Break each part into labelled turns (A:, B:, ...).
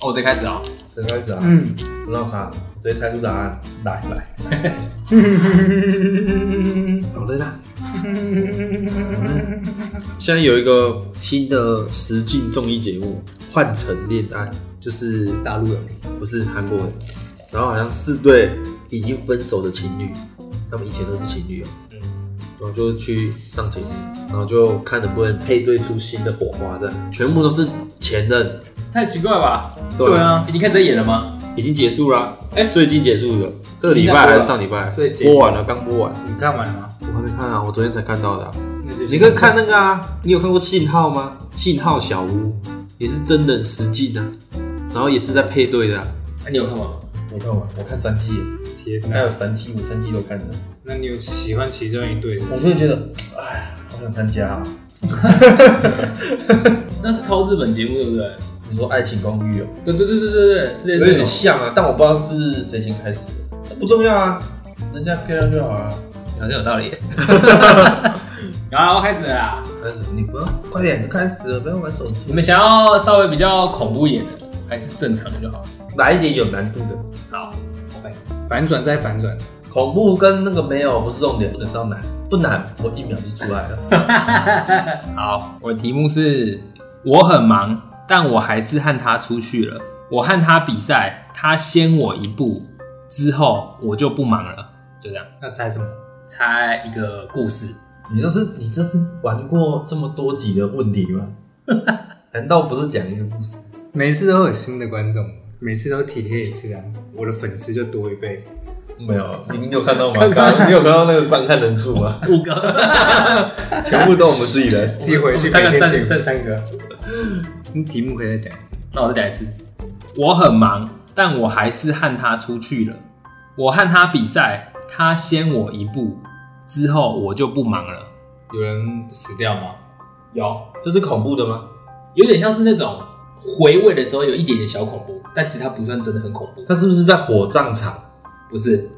A: 直接开始啊！
B: 直接开始啊，
C: 嗯，
B: 不让卡，直接猜出答案，来来，好了啦。现在有一个新的实境综艺节目《换乘恋爱》，就是大陆人，不是韩国人。然后好像四对已经分手的情侣，他们以前都是情侣哦、
A: 嗯
B: 然后就去上节目，然后就看能不能配对出新的火花的，全部都是前任，
A: 太奇怪了吧？
B: 对
A: 啊，已经开始在演了吗？
B: 已经结束啦、
A: 哎
B: 最近结束的，这个礼拜
D: 啊
B: 还是上礼拜
A: 对结束
B: 播完了，刚播完。
C: 你看完了吗？
B: 我还没看啊，我昨天才看到的啊、
C: 那就
B: 你可以看那个啊，你有看过《信号》吗？《信号小屋》也是真人实境啊，然后也是在配对的啊、
A: 哎，你有看吗？哎
D: 我看完，我看三季，
B: 天
D: 还有三季，我三季都看了。
C: 那你有喜欢其中一对的？
D: 我就会觉得，哎，好想参加、啊。
A: 那是抄日本节目对不对？
D: 你说《爱情公寓》哦，
A: 对对对对对对，是类
D: 有
A: 似这
D: 点
A: 种。
D: 像啊，但我不知道是谁先开始的，那不重要啊，人家漂亮就好啊。
A: 好像有道 理。然后开始了啦，
B: 开始，你不要快点，开始了，不要玩手机。啊
A: 你们想要稍微比较恐怖一点的，还是正常的就好了？
B: 来一点有难度的，
A: 好，OK，
C: 反转再反转，
B: 恐怖跟那个没有不是重点，本是要难，不难我一秒就出来了。
A: 好，我的题目是：我很忙，但我还是和他出去了。我和他比赛，他先我一步，之后我就不忙了。就这样，
C: 那猜什么？
A: 猜一个故事。
B: 你这是你这是玩过这么多集的问题吗？ 难道不是讲一个故事？
C: 每次都有新的观众，每次都体贴一次啊，我的粉丝就多一倍。
B: 没有，你你有看到吗？刚刚你有看到那个观看人数 吗？
A: 五个，
B: 全部都我们自己人。
C: 自己回去
A: 我们三个
C: 每天点
A: 三个
C: 三个。你嗯题目可以再讲。
A: 那我再讲一次：我很忙，但我还是和他出去了。我和他比赛，他先我一步，之后我就不忙了。
C: 有人死掉吗？
A: 有，
B: 这是恐怖的吗？
A: 有点像是那种回味的时候有一点点小恐怖，但其实它不算真的很恐怖。
B: 他是不是在火葬场？
A: 不是，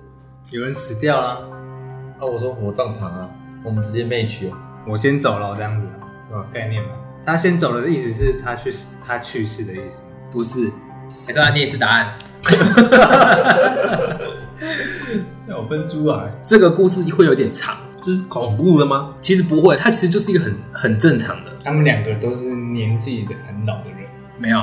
C: 有人死掉了，
B: 啊，我说火葬场啊，我们直接 match 哦。
C: 我先走了，这样子
B: 嗯，
C: 概念嘛。他先走了的意思是他去世，他去世的意思。
A: 不是，还是要哎念一次答案。
B: 要分出
C: 啊
B: 来，
A: 这个故事会有点长，
B: 这是恐怖的吗？
A: 其实不会，它其实就是一个很很正常的。
C: 他们两个都是年纪的很老的人，
A: 没有，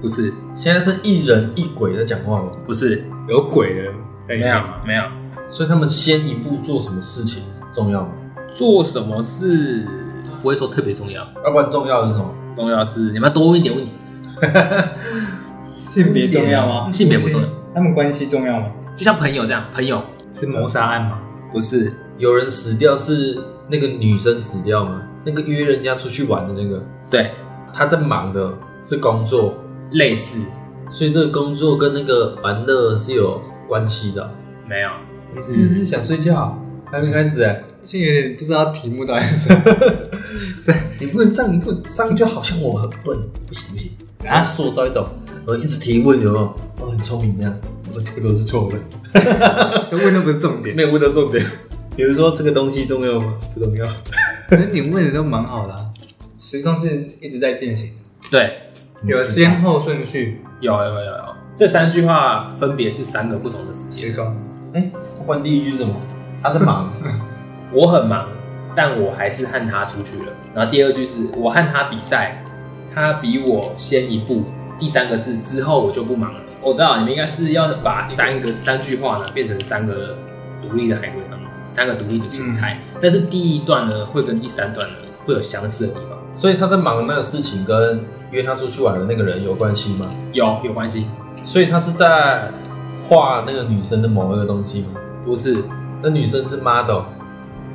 A: 不是，
B: 现在是一人一鬼在讲话吗？
A: 不是，
C: 有鬼的在里
A: 没
C: 面
A: 有
C: 吗？，
A: 没有。
B: 所以他们先一步做什么事情重要吗？
A: 做什么事不会说特别重要，
B: 要不然重要的是什么？
A: 重要的是你们要多问一点问题。
C: 嗯性别重要吗？
A: 性别不重要，
C: 他们关系重要吗？
A: 就像朋友这样，朋友
C: 是谋杀案吗？
A: 不是，
B: 有人死掉是那个女生死掉吗？那个约人家出去玩的那个，
A: 对，
B: 他在忙的是工作，
A: 类似
B: 所以这个工作跟那个玩乐是有关系的。
A: 没有。
B: 你是不是想睡觉？啊还没开始哎、
C: 现在有点不知道题目到底是什么。
B: 你不能这样，你不能这样，就好像我很笨，不行不行，然
C: 啊
B: 后塑造一种呃一直提问有没有？我很聪明那样，我这个都是错误的，
C: 都问的不是重点，
B: 没有问到重点。 比如说这个东西重要吗？不重要。
C: 可是你问的都蛮好的、啊，实际上是一直在进行，
A: 对，
B: 啊
C: 有先后顺序，
A: 有有有有，这三句话分别是三个不同的时间。
C: 施工
B: 哎，他换第一句是什么？他在忙，
A: 我很忙，但我还是和他出去了。然后第二句是我和他比赛，他比我先一步。第三个是之后我就不忙了。我知道你们应该是要把三个三句话呢变成三个独立的海龟汤，三个独立的青菜。但是第一段呢会跟第三段呢会有相似的地方，
B: 所以他在忙的那个事情跟约他出去玩的那个人有关系吗？
A: 有有关系？
B: 所以他是在画那个女生的某一个东西吗？
A: 不是
B: 那女生是 model，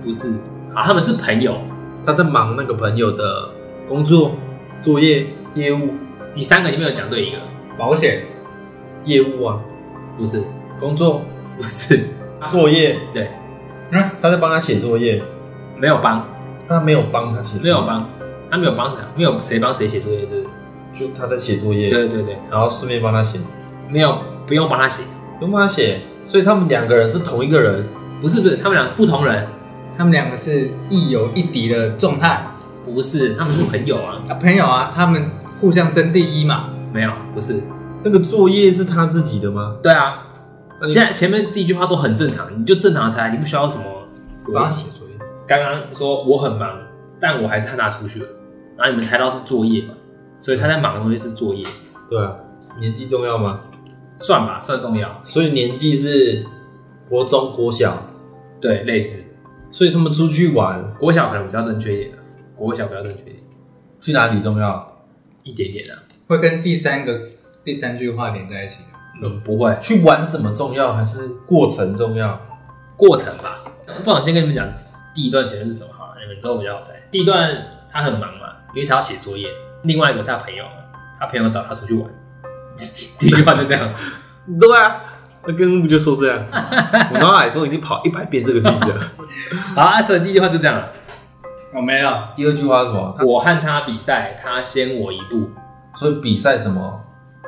A: 不是啊，他们是朋友。
B: 他在忙那个朋友的工作、作业、业务、
A: 你三个里面有讲对一个，
C: 保险
B: 业务啊，
A: 不是
B: 工作、
A: 不是
B: 作业，嗯
A: 对，
B: 他在帮他写作业，
A: 没有帮
B: 他没有帮他写，
A: 没有，帮，他没有帮他，没有谁帮谁写作业，对不对？
B: 就他在写作业，
A: 对对对，
B: 然后顺便帮他写，
A: 没有不用帮他写，
B: 不用帮他写，所以他们两个人是同一个人，
A: 不是不是，他们俩不同人，
C: 他们两个是亦友亦敌的状态啊，
A: 不是他们是朋友啊，
C: 朋友啊，他们互相争第一嘛，
A: 没有不是，
E: 那个作业是他自己的吗？
A: 对啊，
E: 那你
A: 现在前面第一句话都很正常，你就正常的猜，你不需要什么逻辑。
C: 左右，
A: 刚刚说我很忙，但我还是和他出去了，然后你们猜到是作业嘛？所以他在忙的东西是作业，
E: 对啊，年纪重要吗？
A: 算吧，算重要。
E: 所以年纪是国中、国小，
A: 对，类似
E: 所以他们出去玩
A: 国小可能比较正确一点啊，国小比较正确一点，
B: 去哪里重要？
A: 一点点啊，
C: 会跟第三个第三句话连在一起的。
A: 嗯，不会
E: 去玩什么重要，还是过程重要？
A: 过程吧。不然我先跟你们讲第一段前面是什么好了，你们之后比较好猜。第一段他很忙嘛，因为他要写作业，另外一个是他朋友嘛，他朋友找他出去玩， 第一句话就这样。
E: 对啊，那刚刚不就说这样？ 我脑海中已经跑一百遍这个句子了。
A: 好，阿 Sir 第一句话就这样了。
C: 我哦没了，
B: 第二句话是什么？
A: 我和他比赛，他先我一步，
B: 所以比赛什么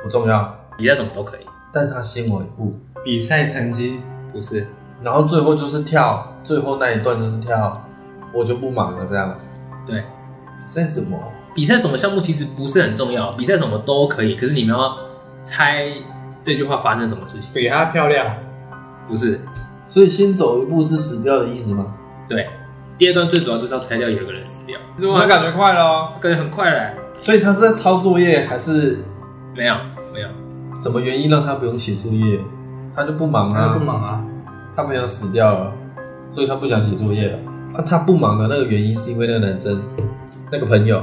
B: 不重要，
A: 比赛什么都可以，
B: 但他先我一步。
C: 比赛成绩
A: 不是？
B: 然后最后就是跳，最后那一段就是跳，我就不忙了这样。
A: 对，
B: 比赛什么？
A: 比赛什么项目其实不是很重要，比赛什么都可以，可是你们要猜这句话发生什么事情，
C: 比她漂亮，
A: 不是？
B: 所以先走一步是死掉的意思吗？
A: 对，第二段最主要就是要猜掉有一个人死掉，是
B: 那感觉快了哦。
A: 感觉很快嘞。
B: 所以他是在抄作业，还是
A: 没有，没有，
B: 什么原因让他不用写作业？他就不忙
C: 她
B: 啊
C: 不，忙啊，
B: 他朋友死掉了，所以他不想写作业了。啊，他不忙的那个原因是因为那个男生，那个朋友，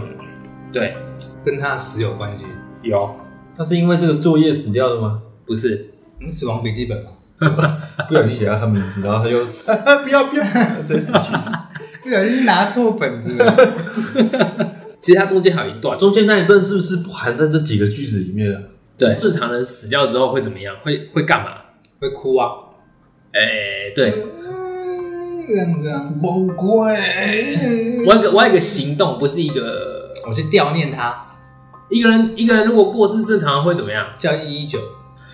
A: 对，
C: 跟她死有关系。
A: 有，
B: 他是因为这个作业死掉的吗？
A: 不是，
C: 嗯，死亡笔记本嘛，
B: 不小心写到他名字，然后他就 不要不要，真死去。
C: 不小心拿错本子了。
A: 其实它中间还有一段，
B: 中间那一段是不是不含在这几个句子里面啊了？
A: 对，正常人死掉之后会怎么样？会会干嘛？
C: 会哭啊，
A: 哎、对，
C: 嗯这样子啊。
B: 崩溃。
A: 我要一个我要一个行动，不是一个
C: 我去悼念她，
A: 一个人一个人如果过世正常会怎么样？
C: 叫一一九，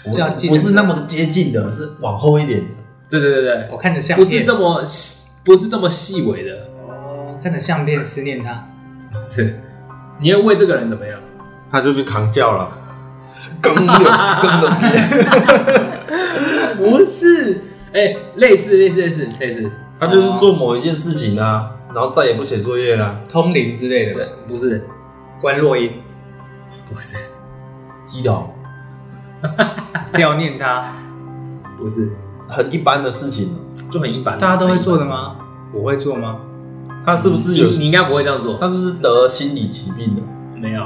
B: 不
C: 这样记
B: 是
C: 得
B: 不是那么接近的，是往后一点的。
A: 对对对对，
C: 我看着相
A: 不
C: 片，
A: 是这么细不是这么细微的，
C: 哦看着相片思念她，
A: 是你会为这个人怎么样？
E: 他就去扛教了，
B: 更了更了，
A: 不是，哎、类似类似类似类似，
B: 他就是做某一件事情啊，然后再也不写作业啦、
C: 通灵之类的，
A: 对，不是
C: 关若英
A: 不是
B: 击倒
C: 悼念 她，
A: 不是，
B: 很一般的事情啊。
A: 就很一般，
C: 大家都会做的
A: 很一
C: 吗？我会做吗？
B: 他是不是
A: 般？
B: 有
A: 你？你应该不会这样做，
B: 他是不是得心理疾病的？
A: 没有，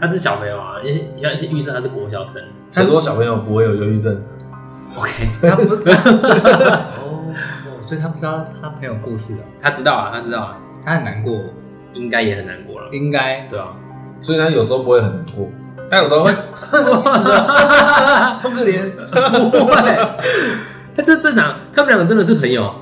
A: 他是小朋友啊，因为像一些预设他是国小生。
B: 很多小朋友不会有忧郁症，
A: OK，
C: 她不， 哦，所以她不知道她朋友故事的，
A: 他知道啊，他知道啊，
C: 她很难过，
A: 应该也很难过了。
C: 应该
A: 对啊，
B: 所以他有时候不会很难过，他有时 候会好可怜。
A: 不会，他这正常，他们两个真的是朋友。啊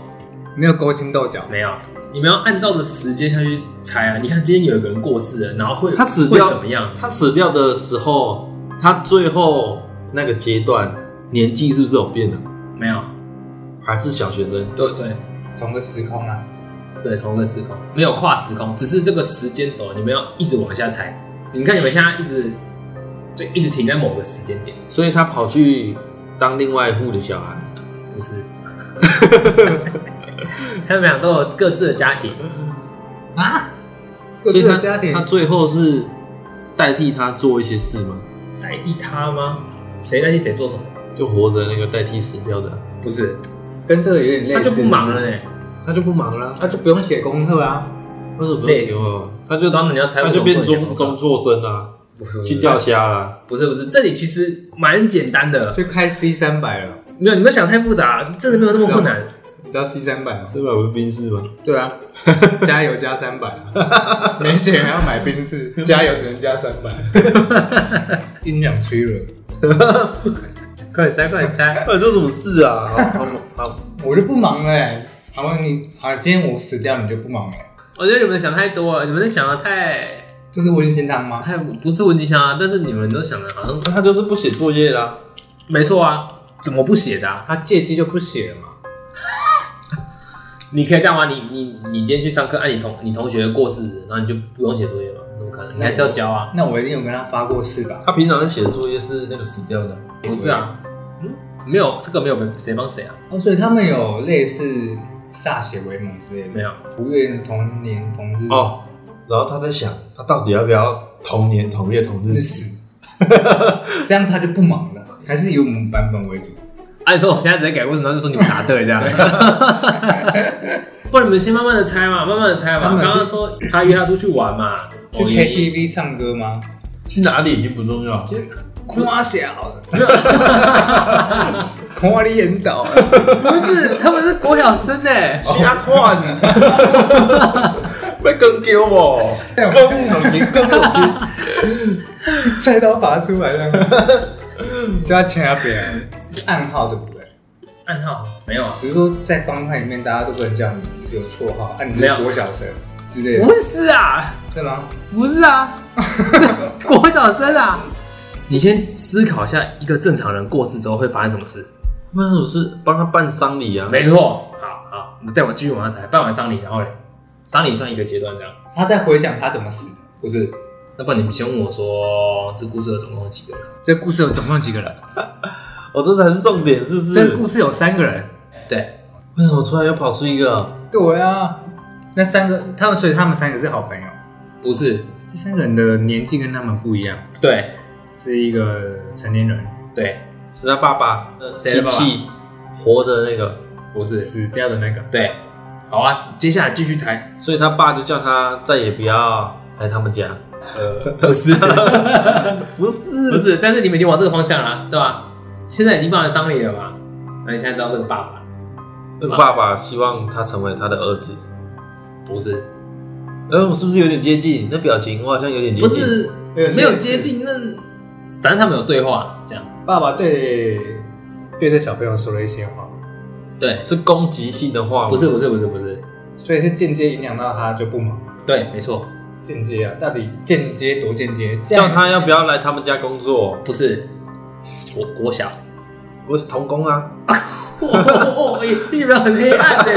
C: 没有勾心斗角，
A: 没有，你们要按照的时间下去猜啊。你看今天有一个人过世了，然后会
E: 他死
A: 会
E: 掉
A: 怎么样？
E: 他死掉的时候，他最后那个阶段年纪是不是有变了？
A: 没有，
E: 还是小学生？
A: 对对
C: 同个时空啊，
A: 对，同个时空，没有跨时空，只是这个时间轴，你们要一直往下猜。你看你们现在一直就一直停在某个时间点，
E: 所以他跑去当另外一户的小孩。
A: 不是？ 他们俩都有各自的家庭，
C: 啊，各
E: 所以
C: 自
E: 他
C: 的家庭
E: 他最后是代替他做一些事吗？
A: 代替他吗？谁代替谁做什么？
E: 就活着那个代替死掉的，
A: 不是，
C: 跟这个有点类似，
A: 他就不忙了
C: 是
A: 呢、
E: 他就不忙啦、
B: 啊
C: 是，他就不用写功课啊，
E: 为什么不
A: 累
E: 用
A: 死
E: 结婚啊？他就
A: 当然你要猜
E: 他
A: 为什
E: 就
A: 么
E: 变
A: 不能结
E: 中
A: 婚
E: 中辍生啦、
A: 不是，
E: 去钓虾啦、
A: 不是不是，这里其实蛮简单的，
C: 就开 C 三百了，
A: 没有你们想太复杂，真的没有那么困难。
C: 你知道 C 三百吗？
E: 对吧？不是冰室吗？
C: 对啊，加油加三百啊，没钱还要买冰室，加油只能加三百，阴阳趋了，
A: 快点猜，快点猜！
E: 到底做什么事 啊？好好好，
C: 我就不忙了、欸。好吧，你好，今天我死掉你就不忙了、欸
A: 我觉得你们想太多了，你们想的太
C: 这是温馨汤吗？
A: 太不是文吉祥啊，但是你们都想的好像
B: 那他就是不写作业啦，
A: 没错啊，怎么不写的、啊？
C: 他借机就不写了嘛，
A: 啊你可以这样吗？你你你今天去上课，按、你同你同学过世，然后你就不用写作业吗？么可能？你还是要教啊？
C: 那我一定有跟他发过誓吧？
B: 他平常在写的作业是那个死掉的，
A: 不是啊，嗯，没有这个没有谁帮谁啊？
C: 哦，所以他们有类似歃血为盟之类的，
A: 没有，
C: 不愿同年同日
B: 哦，然后他在想，他到底要不要同年同月同日
C: 日
B: 死？
C: 死，这样他就不忙了，还是以我们版本为主。
A: 按哎说我现在直接改过程当中说你们答对这样，不然你们先慢慢的猜嘛，慢慢的猜
C: 他
A: 嘛。
C: 们去
A: 刚刚说他约他出去玩嘛，
C: 去
A: 我也
C: KTV 唱歌吗？
B: 去哪里已经不重 要，
C: 啊夸小的， 夸你引导，
A: 不是，他们是国小生哎，
B: 瞎看呢， 被跟丢我，
C: 哎
B: 跟我你 跟我
C: 菜刀拔出来了，就要掐别人。暗号对不对？
A: 暗号没有啊？
C: 比如说在帮派里面，大家都不能叫你，就是有绰号，啊，你
A: 没
C: 是
A: 有
C: 国小生之类
A: 不
C: 的，
A: 是啊，
C: 对吗？
A: 不是啊，这国小生啊。你先思考一下，一个正常人过世之后会发生什么事？
E: 那我是帮他办丧礼啊，
A: 没错，好好，你再往继续往下猜，办完丧礼，然后嘞，丧礼算一个阶段这样。
C: 他在回想他怎么死的，不是？
A: 那不然你们先问我说，这故事有总共有几个人？
C: 这故事有总共有几个人？
B: 哦
E: 我、这才是重点，是不是？
C: 这故事有三个人。
A: 对，
E: 为什么突然又跑出一个？
C: 对啊，那三个他们，所以他们三个是好朋友。
A: 不是，
C: 这三个人的年纪跟他们不一样，
A: 对
C: 是一个成年人，
A: 对，
E: 是他爸爸，呃
A: 谁的爸爸
E: 机器活着的那个，
A: 不是，
C: 死掉的那个。
A: 对，好啊，接下来继续猜。
E: 所以他爸就叫他再也不要来他们家。
A: 呃，不 是，
E: 不是，
A: 不是，但是你们已经往这个方向了，对吧？现在已经办完丧礼了嘛？那你现在知道这个爸爸
E: 那个爸爸希望他成为他的儿子。
A: 不是，
E: 哎、我是不是有点接近？那表情我好像有点接
A: 不
E: 近。，
A: 是，没有接近，那反正他们有对话，这样
C: 爸爸对对这小朋友说了一些话，
A: 对，
E: 是攻击性的话吗
A: 不是，不是，不是，不是，
C: 所以是间接影响到他就不忙。
A: 对，没错，
C: 间接啊，到底间接多间接？这
E: 叫
C: 样
E: 他要不要来他们家工作？
A: 不是，国国小。
E: 我是童工啊，
A: 哦哦哦！你们很黑暗 呢，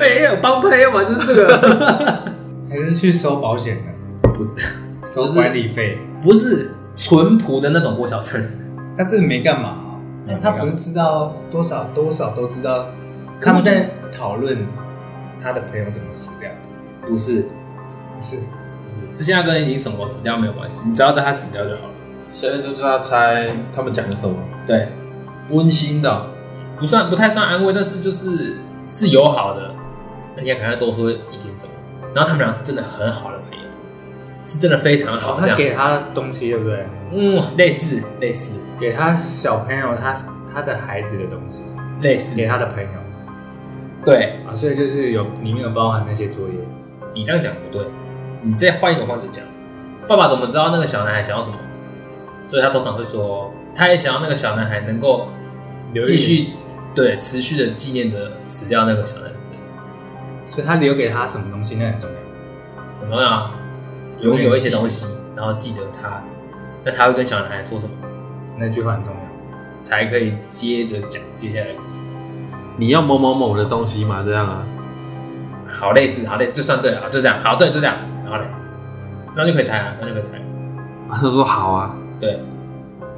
A: 哎，有帮派要玩就是这个，
C: 还是去收保险的，
A: 不是，
C: 收
A: 不是
C: 管理费。
A: 不是淳朴的那种郭小生，
C: 他真的没干嘛啊、
A: 没
C: 那
A: 干
C: 他
A: 嘛
C: 不是知道多少多少都知道，
A: 可
C: 他
A: 我
C: 们
A: 觉得
C: 在讨论他的朋友怎么死掉的，
A: 不是，
C: 不是？
A: 不是，这现在跟已经什么死掉没有关系，你只要在他死掉就好了。
B: 现在就叫他猜他们讲了什么，
A: 对，
B: 温馨的，
A: 不算不太算安慰，但是就是是友好的，那你也可能要多说一点什么。然后他们俩是真的很好的朋友，是真的非常好，这
C: 哦他
A: 样。
C: 给他东西对不对？
A: 嗯，类似类似
C: 给他小朋友他他的孩子的东西，
A: 类似
C: 给，他的朋友
A: 对
C: 啊，所以就是有里面有包含那些作业。
A: 你这样讲不对，你再换一种方式讲，爸爸怎么知道那个小男孩想要什么？所以他通常会说，他也想要那个小男孩能够
C: 留给
A: 继，续对持续的纪念着死掉那个小男生，
C: 所以他留给他什么东西那很重要。
A: 很重要啊，
C: 永
A: 拥
C: 远
A: 有一些
C: 记得
A: 东西，然后记得他，那他会跟小男孩说什么，
C: 那句话很重要，
A: 才可以接着讲接下来的故事。
E: 你要某某某的东西嘛，这样啊。
A: 好，类似，好类似，就算对了，好就这样，好对，就这样，然后嘞，那就可以猜啊了，那就可以猜了，
E: 他就说好啊，
A: 对，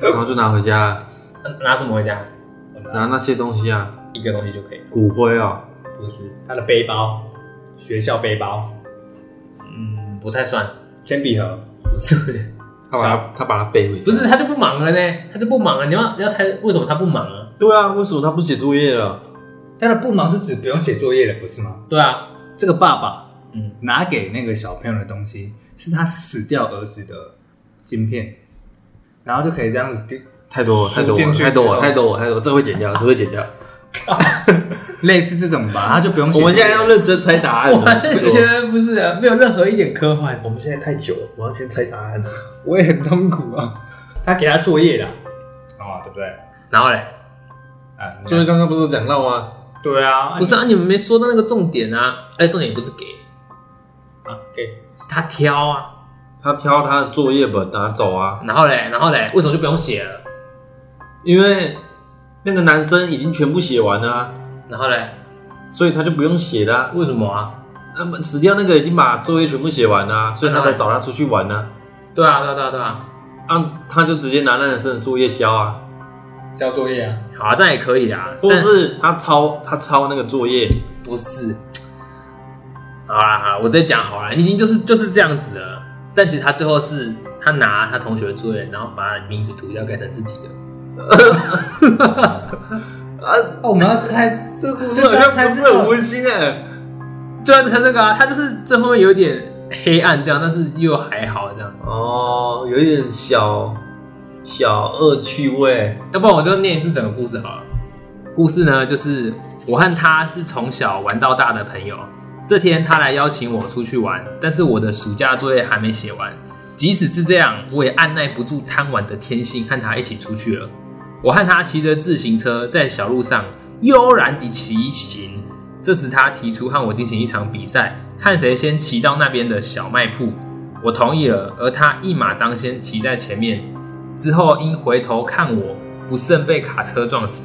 E: 然后就拿回家，
A: 那拿什么回家？
E: 拿那些东西啊，
A: 一个东西就可以了，
E: 骨灰啊、
A: 不是，
C: 他的背包，学校背包，
A: 嗯，不太算，
C: 铅笔盒，
A: 不是。
E: 他把它他把它背回去。
A: 不是，他就不忙了呢，他就不忙了。你要你要猜为什么他不忙啊？
E: 对啊，为什么他不写作业了？
C: 他的不忙是指不用写作业了，不是吗？
A: 对啊，
C: 这个爸爸
A: 嗯，
C: 拿给那个小朋友的东西是他死掉儿子的晶片，然后就可以这样子丢，
E: 太多了，太多
C: 输进
E: 了，
C: 去
E: 太多
C: 之后
E: 了，太多了，太多了，这会剪掉，这会 剪掉。
C: 类似这种吧，他就不用写
E: 我
C: 作
E: 们
C: 业。
E: 现在要认真猜答案了。
A: 我觉得不是啊，没有任何一点科幻。
B: 我们现在太久了，我要先猜答案。
C: 我也很痛苦啊，他给他作业啦，哦，对不对？
A: 然后嘞，
C: 啊，
E: 就是刚刚不是有讲到吗？
C: 对啊，
A: 不是啊，你们没说到那个重点啊。哎，重点也不是给，
C: 啊，给
A: 是他挑啊。
E: 他挑他的作业本拿走啊，
A: 然后嘞，然后嘞，为什么就不用写了？
E: 因为那个男生已经全部写完了啊，
A: 然后嘞，
E: 所以他就不用写啦、
A: 为什么啊？
B: 那么死掉那个已经把作业全部写完啦、所以他才找他出去玩呢、
A: 对啊，对啊，对啊，对啊，
B: 啊。他就直接拿那男生的作业交啊，
C: 交作业啊，
A: 好啊，这样也可以啦。
B: 或
A: 但
B: 是他抄他抄那个作业，
A: 不是？好啦，好啦，我直接讲好了，你已经就是就是这样子了。但其实他最后是他拿他同学的作业，然后把名字涂掉，改成自己的。
C: 哦，我们要猜这个故
B: 这好像不是很温馨哎、
A: 对啊，就像这个啊，他就是最后面有点黑暗这样，但是又还好这样。
B: 哦，有一点小小恶趣味。
A: 要不然我就念一次整个故事好了。故事呢，就是我和他是从小玩到大的朋友。这天他来邀请我出去玩，但是我的暑假作业还没写完。即使是这样，我也按耐不住贪玩的天性，和他一起出去了。我和他骑着自行车在小路上悠然地骑行。这时他提出和我进行一场比赛，看谁先骑到那边的小卖铺。我同意了，而他一马当先骑在前面，之后因回头看我，不慎被卡车撞死。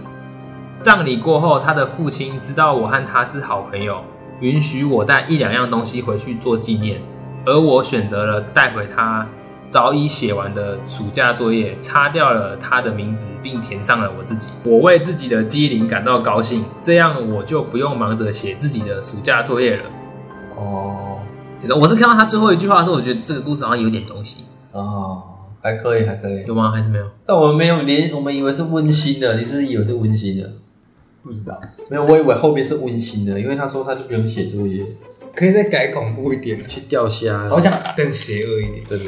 A: 葬礼过后，他的父亲知道我和他是好朋友，允许我带一两样东西回去做纪念，而我选择了带回他早已写完的暑假作业，擦掉了他的名字，并填上了我自己。我为自己的机灵感到高兴，这样我就不用忙着写自己的暑假作业了。
F: 哦
A: 我是看到他最后一句话的时候，我觉得这个故事好像有点东西，
F: 哦，还可以，还可以。
A: 有吗？还是没有？
F: 但我们没有连，我们以为是温馨的，你是以为是温馨的，
C: 不知道，
F: 没有，我以为后面是温馨的，因为他说他就不用写作业。
C: 可以再改恐怖一点啊
B: 去钓虾，
C: 好想更邪恶一点，
B: 真的。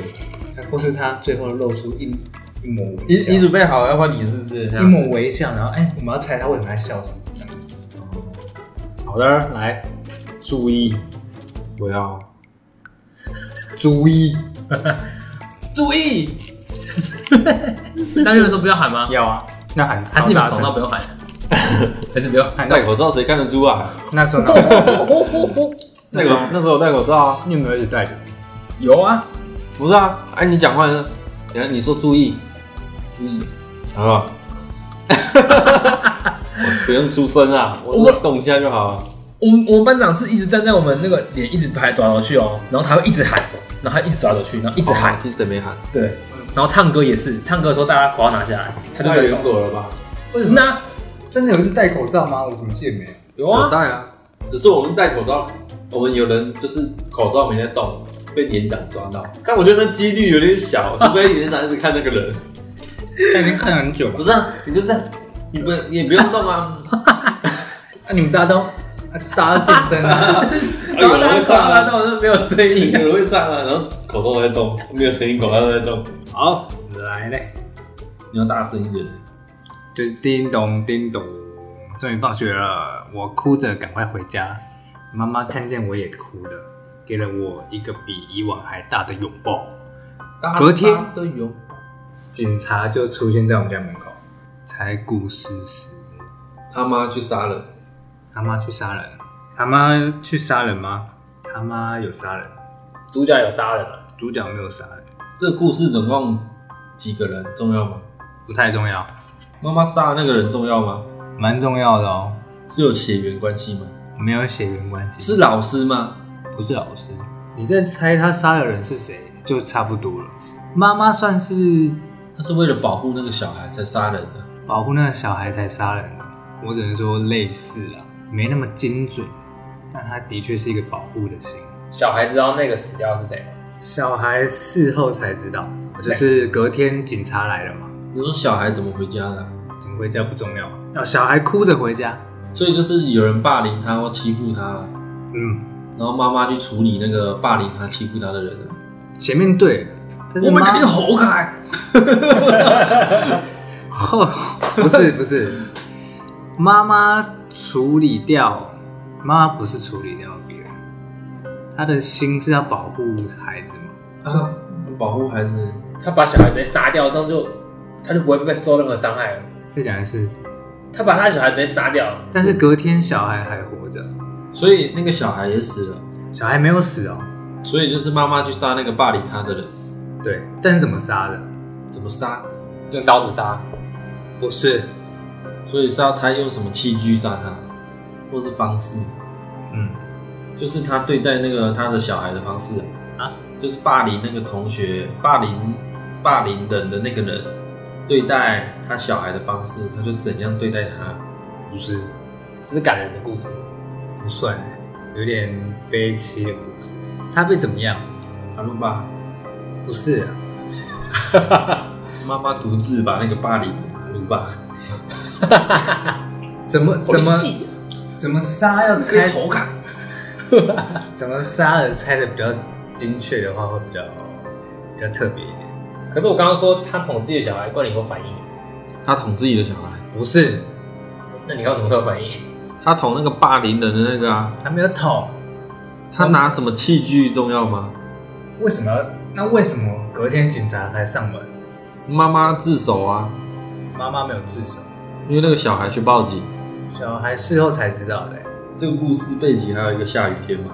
C: 或是他最后露出一一抹微
F: 你
C: 笑
F: 你准备好要换你是不是？
C: 一抹微笑，然后哎，我们要猜他为什么在笑什么？
B: 好的，来，注意，我要
C: 注意，
A: 注意！当你的时候不要喊吗？
C: 要啊，那喊
A: 还是你把它
C: 超
A: 怂
C: 大
A: 到
C: 声
A: 不 用喊？还是不用？
C: 喊到
B: 戴口罩，谁看得出啊？
C: 那时候哪有，
B: 那个那时候我戴口罩啊，
C: 你有没有一直戴着？
A: 有啊，
B: 不是啊？哎，你讲话呢？你看你说注意，
A: 注意！
B: 好 不好？不用出声啊，我
A: 我
B: 动一下就好了。
A: 我们我们班长是一直站在我们那个脸一直拍走来走去哦，然后他会一直喊，然后他一直走来走去，然后一直喊，
B: 听谁哦没喊？
A: 对，然后唱歌也是，唱歌的时候大家口罩拿下来，他就
B: 太
A: 在
B: 远
A: 走。
B: 走了吧？
C: 为什
A: 真
C: 么
A: 的啊
C: 真的有一次戴口罩吗？我怎么记得没有？
A: 有
B: 我
A: 啊，
B: 戴啊，只是我们戴口罩，我们有人就是口罩没在动，被连长抓到。但我觉得那几率有点小，除非连长一直看那个人。
C: 他已经看了很久吧
B: 不？是啊，你就这样，你不你也不用动 啊。
C: 啊，你们大家都啊大家都健身啊，
B: 哎
A: 然后大家口罩拿到我就没有声
B: 啊有
A: 音。
B: 人会上啊，然后口罩都在动，没有声音，口罩都在动。
C: 好，来嘞，
B: 你要大声一点。
C: 就是叮咚叮咚，终于放学了，我哭着赶快回家，妈妈看见我也哭了，给了我一个比以往还大的拥抱。隔天
F: 都有，
C: 警察就出现在我们家门口，才顾事实，
B: 他妈去杀人，
C: 他妈去杀人，他妈去杀人吗？他妈有杀人，
A: 主角有杀人了，
C: 主角没有杀人，
B: 这故事总共几个人重要吗？
C: 不太重要，
B: 妈妈杀的那个人重要吗？
C: 蛮重要的哦，
B: 是有血缘关系吗？
C: 没有血缘关系，
B: 是老师吗？
C: 不是老师？你在猜他杀的人是谁，就差不多了。妈妈算是
B: 他是为了保护那个小孩才杀人的。
C: 保护那个小孩才杀人的，我只能说类似啦，没那么精准，但他的确是一个保护的心。
A: 小孩知道那个死掉是谁吗？
C: 小孩事后才知道，就是隔天警察来了嘛，
B: 你说小孩怎么回家的啊、
C: 怎么回家不重要啊？哦小孩哭着回家，
B: 所以就是有人霸凌他或欺负他，
C: 嗯，
B: 然后妈妈去处理那个霸凌他、欺负他的人啊。
C: 前面对了，但是
B: 我们
C: 妈
B: 肯定活该。
C: 后 不是不是，妈妈处理掉，妈妈不是处理掉别人，她的心是要保护孩子嘛，
B: 啊，保护孩子，
A: 他把小孩直接杀掉，这样就他就不会被受任何伤害了。
C: 再讲一次。
A: 他把他的小孩直接杀掉，
C: 但是隔天小孩还活着，
B: 所以那个小孩也死了。
C: 小孩没有死哦。
B: 所以就是妈妈去杀那个霸凌他的人，
C: 对，但是怎么杀的？
B: 怎么杀？
A: 用刀子杀，
C: 不是，
B: 所以是要猜用什么器具杀他，或是方式。
C: 嗯，
B: 就是他对待那个他的小孩的方式
C: 啊，
B: 就是霸凌那个同学，霸凌霸凌人的那个人对待他小孩的方式，他就怎样对待他。
C: 不是
A: 这是感人的故事。
C: 不算，有点悲戚的故事。他被怎么样？
B: 他说爸，
C: 不是、啊，
B: 妈妈独自把那个霸凌给马路吧，
C: 怎么怎么
A: 我记
C: 怎么杀要猜
B: 跟猴看，
C: 怎么杀的猜的比较精确的话，会比较比较特别一点。
A: 可是我刚刚说他捅自己的小孩，怪你有反应，
B: 他捅自己的小孩，
C: 不是，
A: 那你看我怎么会有反应？
B: 他捅那个霸凌人的那个啊，
C: 他没有捅，
B: 他拿什么器具重要吗？
C: 为什么要？那为什么隔天警察才上门？
B: 妈妈自首啊，
C: 妈妈没有自首，
B: 因为那个小孩去报警。
C: 小孩事后才知道的、
B: 这个故事背景还有一个下雨天嘛，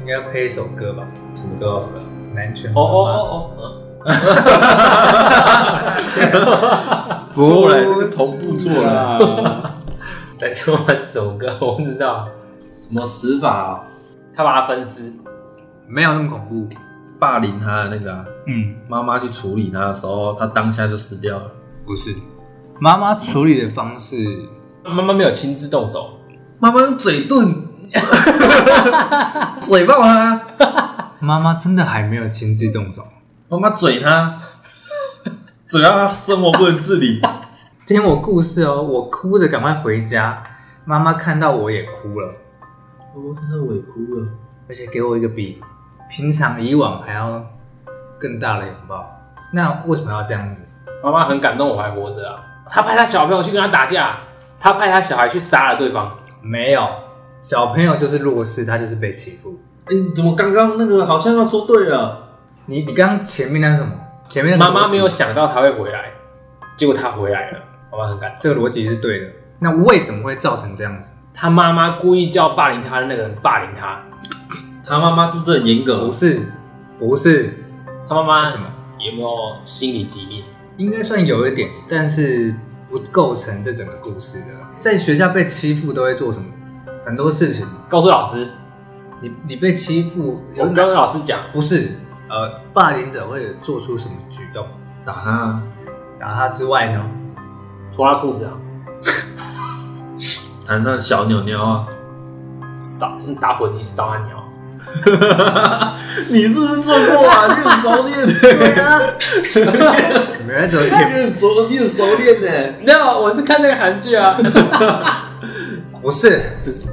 C: 应该配一首歌吧，
B: 什么歌好了？
C: 南拳
A: 哦
C: 妈妈
A: 哦哦 哦，
B: 错了，这个同步错了。
C: 了，
A: 但就玩首歌，我不知道。
B: 什么死法啊、
A: 他把他分尸，
C: 没有那么恐怖。
B: 霸凌他的那个啊、
C: 嗯，
B: 妈妈去处理他的时候，他当下就死掉了。
C: 不是，妈妈处理的方式，
A: 妈妈没有亲自动手，
E: 妈妈用嘴 遁，嘴爆他，
C: 妈妈真的还没有亲自动手。
B: 妈妈嘴他，嘴到他生活不能自理。
C: 听我故事哦，我哭的赶快回家，妈妈看到我也哭了，
B: 我看到我哭了。
C: 而且给我一个比平常以往还要更大的拥抱。那为什么要这样子？
A: 妈妈很感动我还活着啊。他派他小朋友去跟他打架，他派他小孩去杀了对方。
C: 没有，小朋友就是弱势，他就是被欺负。
B: 哎、你怎么刚刚那个好像要说对了？
C: 你你刚刚前面那是什么？前面那
A: 妈
C: 个逻
A: 妈
C: 辑
A: 没有想到他会回来，结果他回来了，妈妈很感动。
C: 这个逻辑是对的。那为什么会造成这样子？
A: 他妈妈故意叫霸凌他的那个人霸凌他，
B: 他妈妈是不是很严格
C: 不？是，不是，
A: 他妈妈
C: 为什么？
A: 有没有心理疾病？
C: 应该算有一点，但是不构成这整个故事的。在学校被欺负都会做什么？很多事情，
A: 告诉老师，
C: 你你被欺负
A: 我
C: 有
A: 跟
C: 哪
A: 老师讲，
C: 不是呃，霸凌者会做出什么举动？
B: 打他、啊，
C: 打他之外呢？
A: 脱他裤子啊，
B: 弹他的小鸟鸟啊！
A: 烧打火机烧他鸟。
B: 你是不是错过啊？你很熟 练呢、
C: 没有走铁，
B: 很熟，你很熟练呢、
A: No，我是看那个韩剧啊。
C: 不是
A: 不是，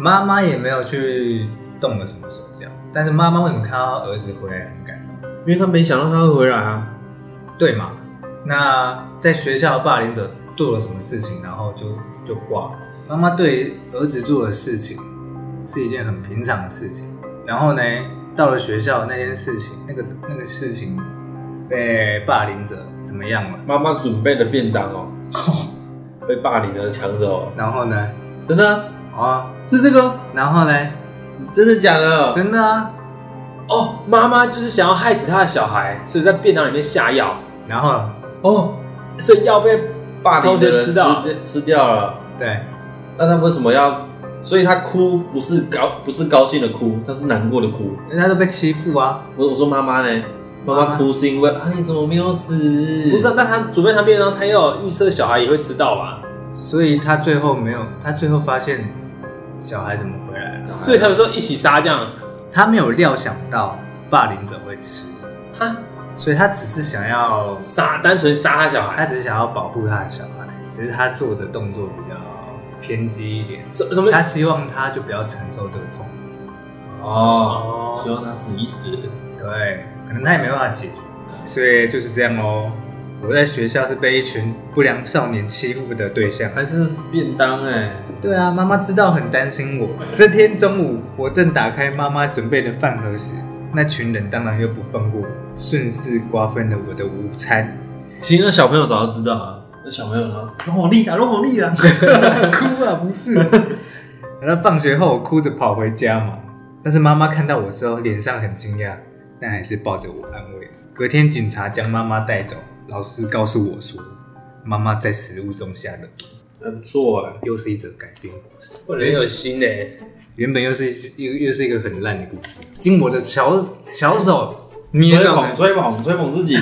C: 妈妈也没有去动了什么手脚，但是妈妈为什么看到儿子回来很感动？
B: 因为他没想到他会回来啊。
C: 对嘛？那在学校霸凌者做了什么事情，然后就就挂了。妈妈对于儿子做的事情是一件很平常的事情，然后呢，到了学校那件事情，那个那个事情被霸凌者怎么样了？
B: 妈妈准备的便当 哦，被霸凌的抢走，哦
C: 然后呢？
B: 真的啊
C: 啊、哦，
B: 是这个？
C: 然后呢？
B: 真的假的？
C: 真的啊，
A: 哦，妈妈就是想要害死他的小孩，所以在便当里面下药，
C: 然后
B: 哦，
A: 所以药被
B: 霸凌的人
A: 同学吃到
B: 吃吃掉了，
C: 对，
B: 那他为什么要？所以他哭不是高不是高兴的哭，他是难过的哭。
C: 人家都被欺负啊，
B: 我我说妈妈呢？妈妈哭是因为啊你怎么没有死？
A: 不是、啊，但他准备他便当，他要预测小孩也会吃到吧，
C: 所以他最后没有，他最后发现小孩怎么回来了，
A: 所以他们说一起杀这样。
C: 他没有料想到霸凌者会吃。
A: 哈，
C: 所以他只是想要，
A: 杀，单纯杀他小
C: 他
A: 孩，
C: 只是想要保护他的小孩，只是他做的动作比较偏激一点，
A: 什什么？
C: 他希望他就不要承受这个痛苦。
B: 哦，希
A: 哦，
B: 望他死一死。
C: 对，可能他也没办法解决，所以就是这样喽。我在学校是被一群不良少年欺负的对象。啊
B: 还真的是便当哎、
C: 对啊，妈妈知道很担心我。这天中午，我正打开妈妈准备的饭盒时，那群人当然又不放过，顺势瓜分了我的午餐。
B: 其实那小朋友早就知道啊，那小朋友呢，弄我力啊，弄我力啊。
C: 哭啊，不是。然后放学后，我哭着跑回家嘛。但是妈妈看到我之后，脸上很惊讶，但还是抱着我安慰。隔天，警察将妈妈带走，老师告诉我说，妈妈在食物中下的毒，
B: 还不错哎、
C: 又是一则改编故事。
A: 我人有心呢、
C: 原本又是又又是一个很烂的故事，经我的小小手捏
B: 吹
C: 到
B: 捧
C: 的。
B: 吹捧吹捧自己，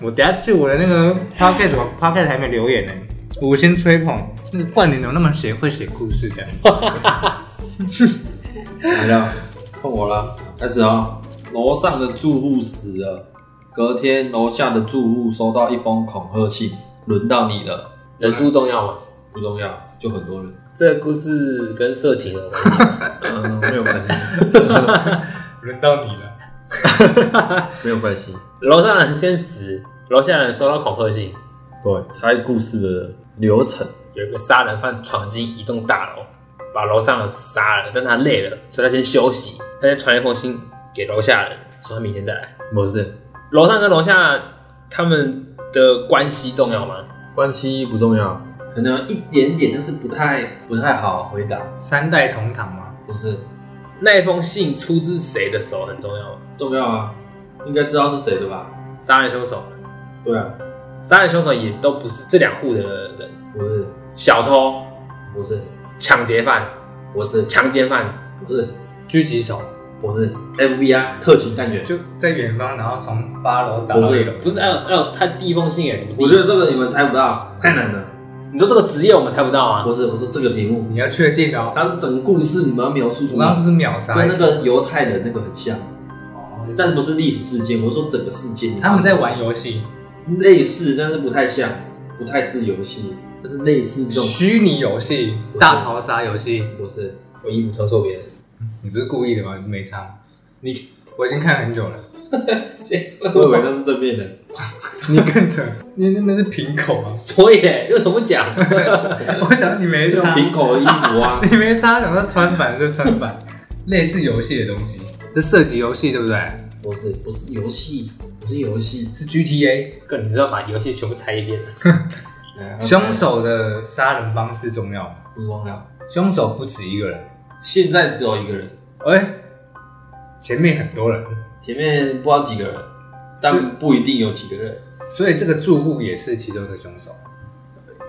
C: 我等下去我的那个 podcast，我 podcast 还没留言呢，我先吹捧。那个冠霖怎么那么写会写故事的？
B: 哦来了，碰我了，开始啊、楼上的住户死了，隔天楼下的住户收到一封恐吓信，轮到你了，
A: 人数重要吗？
B: 不重要，就很多人，
A: 这个故事跟色情有关系。
B: 嗯，没有关系，
C: 轮到你了，
B: 没有关系，
A: 楼上人先死，楼下人收到恐吓信，
B: 对，猜故事的流程，
A: 有一个杀人犯闯进一栋大楼，把楼上人杀了，但他累了，所以他先休息，他先传一封信给楼下人，说他明天再来。
B: 不是
A: 楼上跟楼下他们的关系重要吗？
B: 关系不重要，可能有一点点，但是不太不太好回答，
C: 三代同堂吗？
B: 不是
A: 那一封信出自谁的手很重要吗？
B: 重要啊，应该知道是谁的吧？
A: 杀人凶手，
B: 对啊，
A: 杀人凶手也都不是这两户的人，
B: 不是
A: 小偷、
B: 不是
A: 抢劫犯、
B: 不是
A: 强奸犯、
B: 不是
A: 狙击手，
B: 不是 FBI 特勤探员。
C: 就在远方，然后从八楼打
B: 不
C: 到
B: 是
C: 一楼。
A: 不是？还哎有还有，他第一封信哎，怎么第一？
B: 我觉得这个你们猜不到，太难了。
A: 你说这个职业我们猜不到啊
B: 不。是，我说这个题目，
C: 你要确定哦，
B: 它是整个故事你们要描述
C: 我
B: 出
C: 刚
B: 来
C: 刚是，不是秒杀？
B: 跟那个犹太人那个很像，
C: 哦，
B: 但不是历史事件。我说整个事件，
C: 他们在玩游戏，
B: 类似，但是不太像，不太是游戏，但是类似这种。
C: 虚拟游戏，
B: 不是
C: 大逃杀游戏。
B: 不是，
A: 我衣服抽错别人，
C: 你不是故意的吗？没差，你我已经看很久了，
B: 我以为那是正面的。
C: 你更扯，你那边是瓶口 啊！
A: 所以欸为什么不讲？
C: 我想你没
B: 用
C: 差，
B: 瓶口的衣服啊，
C: 你没差，想到穿反就穿反，类似游戏的东西，是射击游戏对不对？
B: 不是，不是游戏，不是游戏。
C: 是 GTA，
A: 哥，你知道把游戏全部猜一遍？
B: 来
C: 凶手的杀人方式重要吗？
B: 哎不重要，
C: 凶手不止一个人，
B: 现在只有一个人，
C: 哎、前面很多人，
B: 前面不知道几个人，但不一定有几个人，
C: 所以这个住户也是其中的凶手。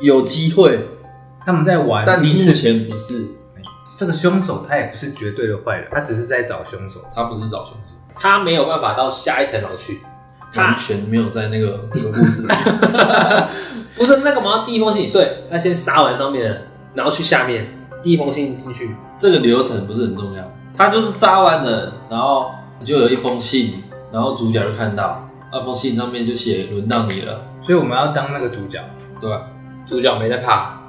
B: 有机会，
C: 他们在玩，
B: 但
C: 密
B: 目
C: 室。
B: 前不是，
C: 这个凶手他也不是绝对的坏人，他只是在找凶手。
B: 他不是找凶手。
A: 他没有办法到下一层楼去。
B: 完
A: 他
B: 全没有在那个这个故事里。
A: 不是那个嘛，第一封信，所以他先杀完上面的人，然后去下面第一封信进去。
B: 这个流程不是很重要，他就是杀完人，然后就有一封信，然后主角就看到那封信上面就写轮到你了，
C: 所以我们要当那个主角，
B: 对吧？
A: 主角没在怕，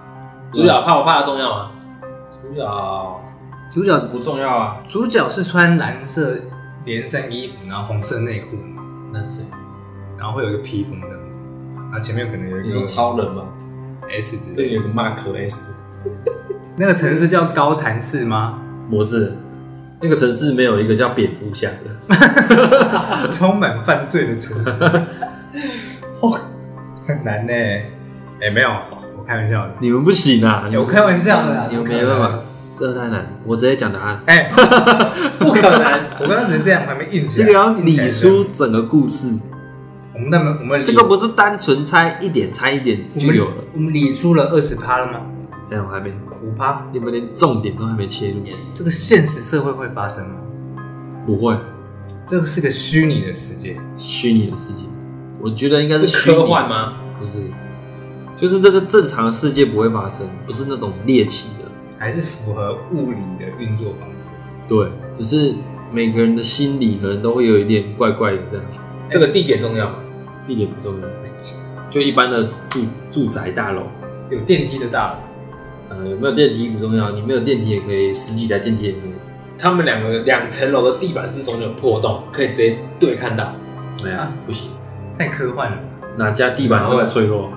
A: 主角怕不怕重要啊 吗？
B: 主角
C: 主角
B: 不重要啊，
C: 主角是穿蓝色连身衣服，然后红色内裤嘛，
B: 那是谁？
C: 然后会有一个披风这样子，然后前面可能有
B: 你
C: 一
B: 说
C: 个
B: 超人吗？
C: S 字，
B: 这里有个 Mark S，
C: 那个城市叫高谭市吗？
B: 不是，那个城市没有一个叫蝙蝠侠的。
C: 充满犯罪的城 市，哦，很难呢。哎、没有，我开玩笑的，哎
B: 你们不行啊！
C: 我开玩笑啊的啦，
B: 你们没办法，这个太难，我直接讲答案。
C: 哎、
A: 不可能，
C: 我刚刚只是这样，还没硬起
E: 这
C: 来。
E: 个要
C: 硬
E: 理
C: 起来
E: 出，整个故事，
C: 我们那么我们理
E: 这个不是单纯猜一点猜一点
C: 我
E: 就
C: 们
E: 有了。
C: 我们理出了二十趴了吗？
E: 没有，还没，
C: 五趴，
E: 你们连重点都还没切入。
C: 这个现实社会会发生吗？
E: 不会，
C: 这个是个虚拟的世界，
E: 虚拟的世界，我觉得应该是
A: 是
E: 虚拟
A: 科幻？ 吗？
E: 不是，就是这个正常的世界不会发生，不是那种猎奇的。
C: 还是符合物理的运作方式？
E: 对，只是每个人的心理可能都会有一点怪怪的这样。
A: 这个地点重要吗？
E: 地点不重要，就一般的住住宅大楼，
C: 有电梯的大楼，
E: 呃，有没有电梯不重要，你没有电梯也可以，十几台电梯也可以。
A: 他们两个两层楼的地板是中间有破洞，可以直接对看到。
E: 没有、不行，
C: 太科幻了。
E: 哪家地板这么脆弱？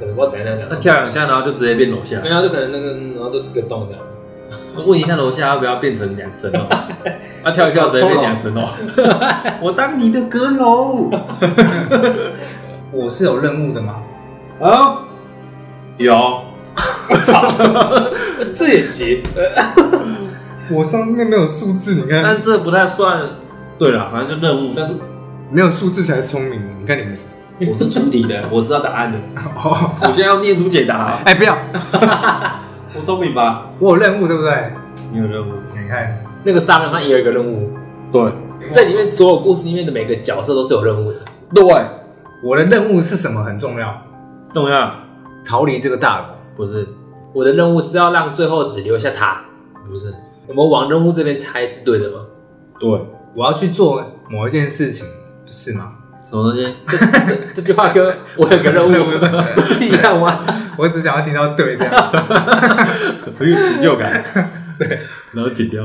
A: 可能不知道怎样讲
E: 那，跳两下，然后就直接变楼下
A: 没。
B: 啊
A: 有就可能那个，然后就一个洞这样。
E: 问一下楼下要不要变成两层 楼？啊，跳一跳直接变两层楼。我当你的阁楼。
C: 我是有任务的吗？
B: 啊，有，
A: 我操，呃这也行？
C: 我上面没有数字，你看
B: 但这不太算。对了，反正就任务，但是
C: 没有数字才聪明。你看你们，
B: 我是出题的，我知道答 案的。
C: 哦，
B: 我现在要念出解答，
C: 哎，不要，
B: 我聪明吧？
C: 我有任务对不对？
B: 你有任务。
C: 你看，
A: 那个杀人犯也有一个任务，
B: 对
A: 这里面所有故事里面的每个角色都是有任务的。
B: 对，
C: 我的任务是什么很重要，
B: 重要
C: 逃离这个大楼。
B: 不是
A: 我的任务是要让最后只留下他。
B: 不是
A: 我们往任务这边猜是对的 吗？
B: 对
C: 我要去做某一件事情，是吗？
B: 什么东西？
A: 这这句话跟我有个任 务不是一样吗？
C: 我只想要听到对这样。
B: 很有成就感。 对，然后剪掉。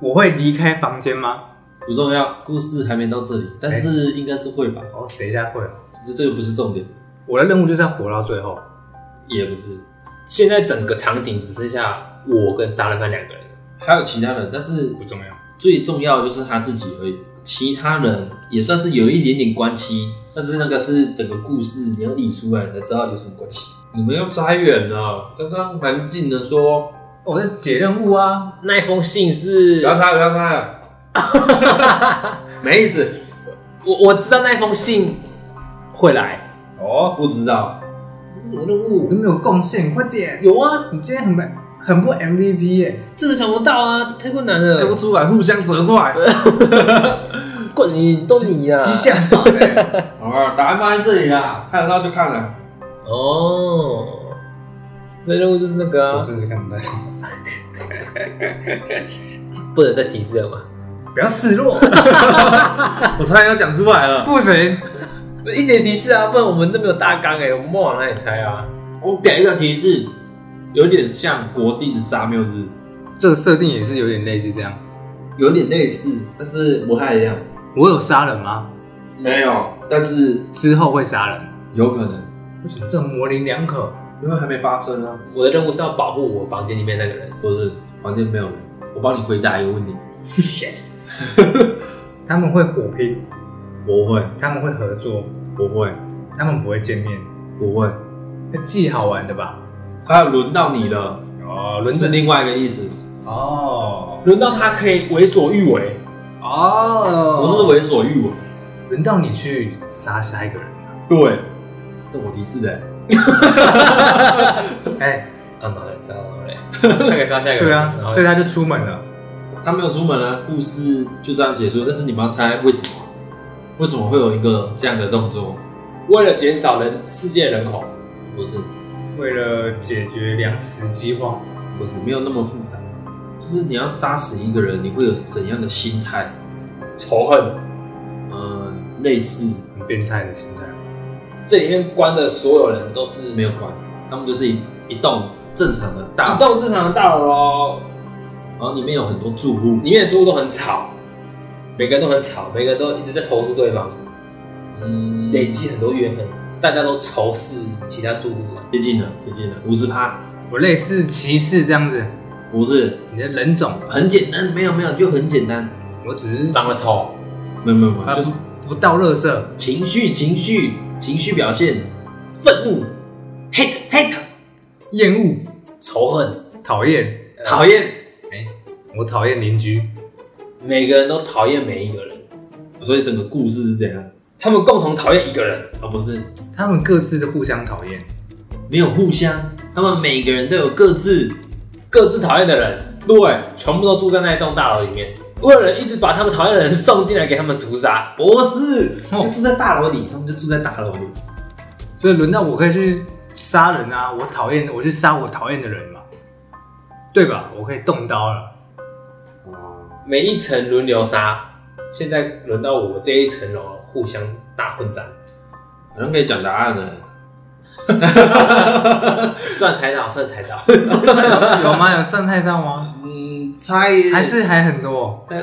C: 我会离开房间吗？
B: 不重要，故事还没到这里，但是应该是会吧？
C: 哦，等一下会哦。
B: 这这个不是重点，
C: 我的任务就是要活到最后。
B: 也不是，
A: 现在整个场景只剩下我跟杀人犯两个人，
B: 还有其他人，但是
C: 不重要。哦
B: 最重要的就是他自己而已，其他人也算是有一点点关系，但是那个是整个故事你要理出来才知道有什么关系。你们又差远了，刚刚蛮近的说，
C: 我在解任务啊，
A: 那一封信是
B: 不要猜，不要 猜，没意思。
A: 我我知道那一封信会来，
B: 哦，不知道，
A: 我任
C: 我都
A: 务
C: 没有贡献，快点！
A: 有啊，
C: 你今天很没很不 MVP 耶、
A: 这个想不到啊，太困难了，
B: 出来，互相责怪。
A: 过你都你啊呀、
C: 激将法耶
B: 好啊，答案放在这里啦，看得到就看了。
A: 哦，那任务就是那个
C: 我
A: 啊，
C: 就是看不到。
A: 不能再提示了嘛。
C: 不要示弱，
B: 我差点要讲出来了。
C: 不行。
A: 一点提示啊，不然我们都没有大纲哎、我们往哪里猜啊？
B: 我给一个提示，有点像国定杀缪日，
C: 这个设定也是有点类似这样。
B: 有点类似，但是不太一样。
C: 我有杀人吗？
B: 没有，但是
C: 之后会杀人？
B: 有可能，
C: 为什么这么模棱两可？
B: 因为还没发生啊。
A: 我的任务是要保护我房间里面那个人。
B: 不是，房间没有人，我帮你回答一个问题。
A: Shit，
C: 他们会火拼，
B: 不会，
C: 他们会合作，
B: 不会，
C: 他们不会见面，
B: 不会。
C: 那既好玩的吧？
B: 还有轮到你了，
C: 哦，轮
B: 是
C: 子
B: 另外一个意思，
C: 哦
A: 轮到他可以为所欲为，
C: 哦，
B: 不是为所欲为。
C: 轮到你去杀下一个人。
B: 对，这我提示的欸、
C: 哎，
A: 啊，哪里知道哪里？ 他可以杀下一个人。
C: 对
A: 然
C: 啊，
A: 后
C: 所以他就出门了。
B: 他没有出门啊，故事就这样结束。但是你们要猜为什么？为什么会有一个这样的动作？
A: 为了减少人世界人口，
B: 不是，
C: 为了解决粮食饥荒，
B: 不是，没有那么复杂。就是你要杀死一个人，你会有怎样的心态？
A: 仇恨，
B: 呃，类似
C: 很变态的心态。
A: 这里面关的所有人都是
B: 没有关，他们就是一一栋正常的
A: 一
B: 大楼，
A: 啊栋正常的大楼咯，
B: 然后里面有很多住户，
A: 里面的住户都很吵，每个人都很吵，每个人都一直在投诉对方，
B: 嗯，
A: 累积很多怨恨，大家都仇视其他住户嘛。
B: 接近了，接近了，五十趴，
C: 我类似骑士这样子，
B: 不是
C: 你的人种，
B: 很简单，没有没有，就很简单，
C: 我只是
A: 长得丑，
B: 没有没有没
C: 啊
B: 有，就是
C: 不到乐色，
B: 情绪情绪情绪表现，愤怒，hate hate，
C: 厌恶，
A: 仇恨，
C: 讨厌，
B: 讨厌，
C: 我讨厌邻居，
A: 每个人都讨厌每一个人，
B: 所以整个故事是怎样？
A: 他们共同讨厌一个人。
B: 啊，不是，
C: 他们各自的互相讨厌，
B: 没有互相，他们每个人都有各自，
A: 各自讨厌的人，
B: 对，
A: 全部都住在那一栋大楼里面。为了人一直把他们讨厌的人送进来给他们屠杀，
B: 不是，
C: 哦
B: 就住在大楼里，他们就住在大楼里，
C: 所以轮到我可以去杀人啊，我讨厌，我去杀我讨厌的人嘛，对吧？我可以动刀了，
A: 每一层轮流杀。现在轮到我这一层楼互相大混战，
B: 好像可以讲答案了，
A: 算猜到，算猜到。
C: 有吗？有算太到 吗？
B: 嗯，猜
C: 还是还很多？
B: 大概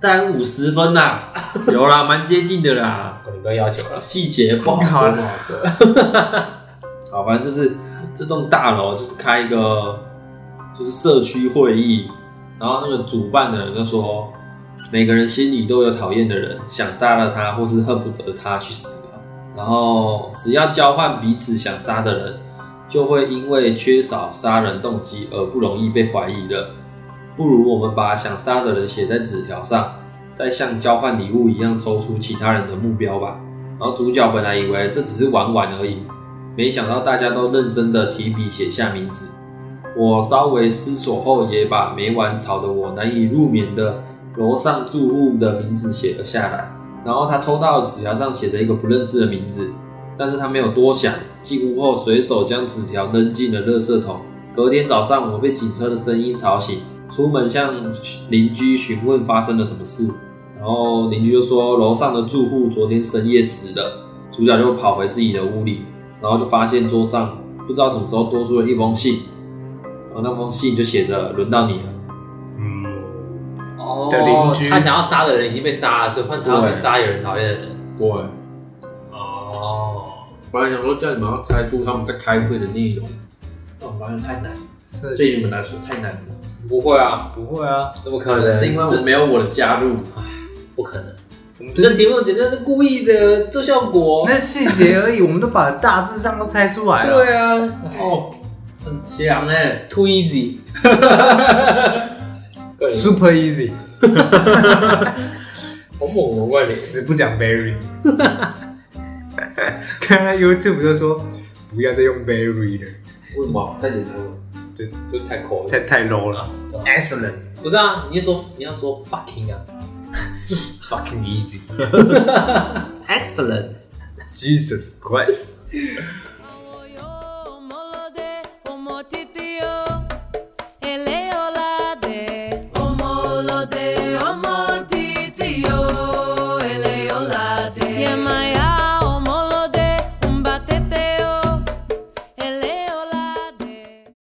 B: 大概五十分啦，有啦，蛮接近的啦。
A: 哦你不要要求了，
B: 细节不好说，不好说。好，反正就是这栋大楼就是开一个就是社区会议，然后那个主办的人就说，每个人心里都有讨厌的人，想杀了他或是恨不得他去死吧。然后只要交换彼此想杀的人，就会因为缺少杀人动机而不容易被怀疑了。不如我们把想杀的人写在纸条上，再像交换礼物一样抽出其他人的目标吧。然后主角本来以为这只是玩玩而已，没想到大家都认真的提笔写下名字，我稍微思索后，也把每晚吵得我难以入眠的楼上住户的名字写了下来。然后他抽到的纸条上写着一个不认识的名字，但是他没有多想，进屋后随手将纸条扔进了垃圾桶。隔天早上，我被警车的声音吵醒，出门向邻居询问发生了什么事，然后邻居就说楼上的住户昨天深夜死了。主角就跑回自己的屋里，然后就发现桌上不知道什么时候多出了一封信，然后那封信就写着“轮到你了
C: 嗯，
A: 哦
C: 的邻居
A: 他想要杀的人已经被杀了，所以换他要去杀有人讨厌的人。”。
E: 对，
A: 哦，
E: 本来想说叫你们要开出他们在开会的内容，但
B: 哦
E: 我发现太难，
C: 社
E: 对
C: 区
E: 你们来说太难了，
A: 不会啊，
C: 不会啊，
A: 怎么可能？
E: 是因为我
A: 这
E: 没有我的加入。
A: 不可能。
C: 我们
A: 这题目简直是故意的做效果。
C: 那细节而已，我们都把大致上都猜出来了。
A: 对啊
E: 哦，很强哎，
A: ，too easy。
C: s u p e r easy，
A: 好猛哦，怪你。
C: 死不讲 Berry。看他 YouTube 就说不要再用 Berry 了，
E: 为什么？太简单了。
A: 就太抠了。
C: 太太 low 了。
A: 对啊
C: Excellent，
A: 不是啊，你就说你要说 fucking 啊，fucking easy。
E: Excellent。
C: Jesus Christ！
G: Omolode, omotitio, eleolade. Omolode, omotitio.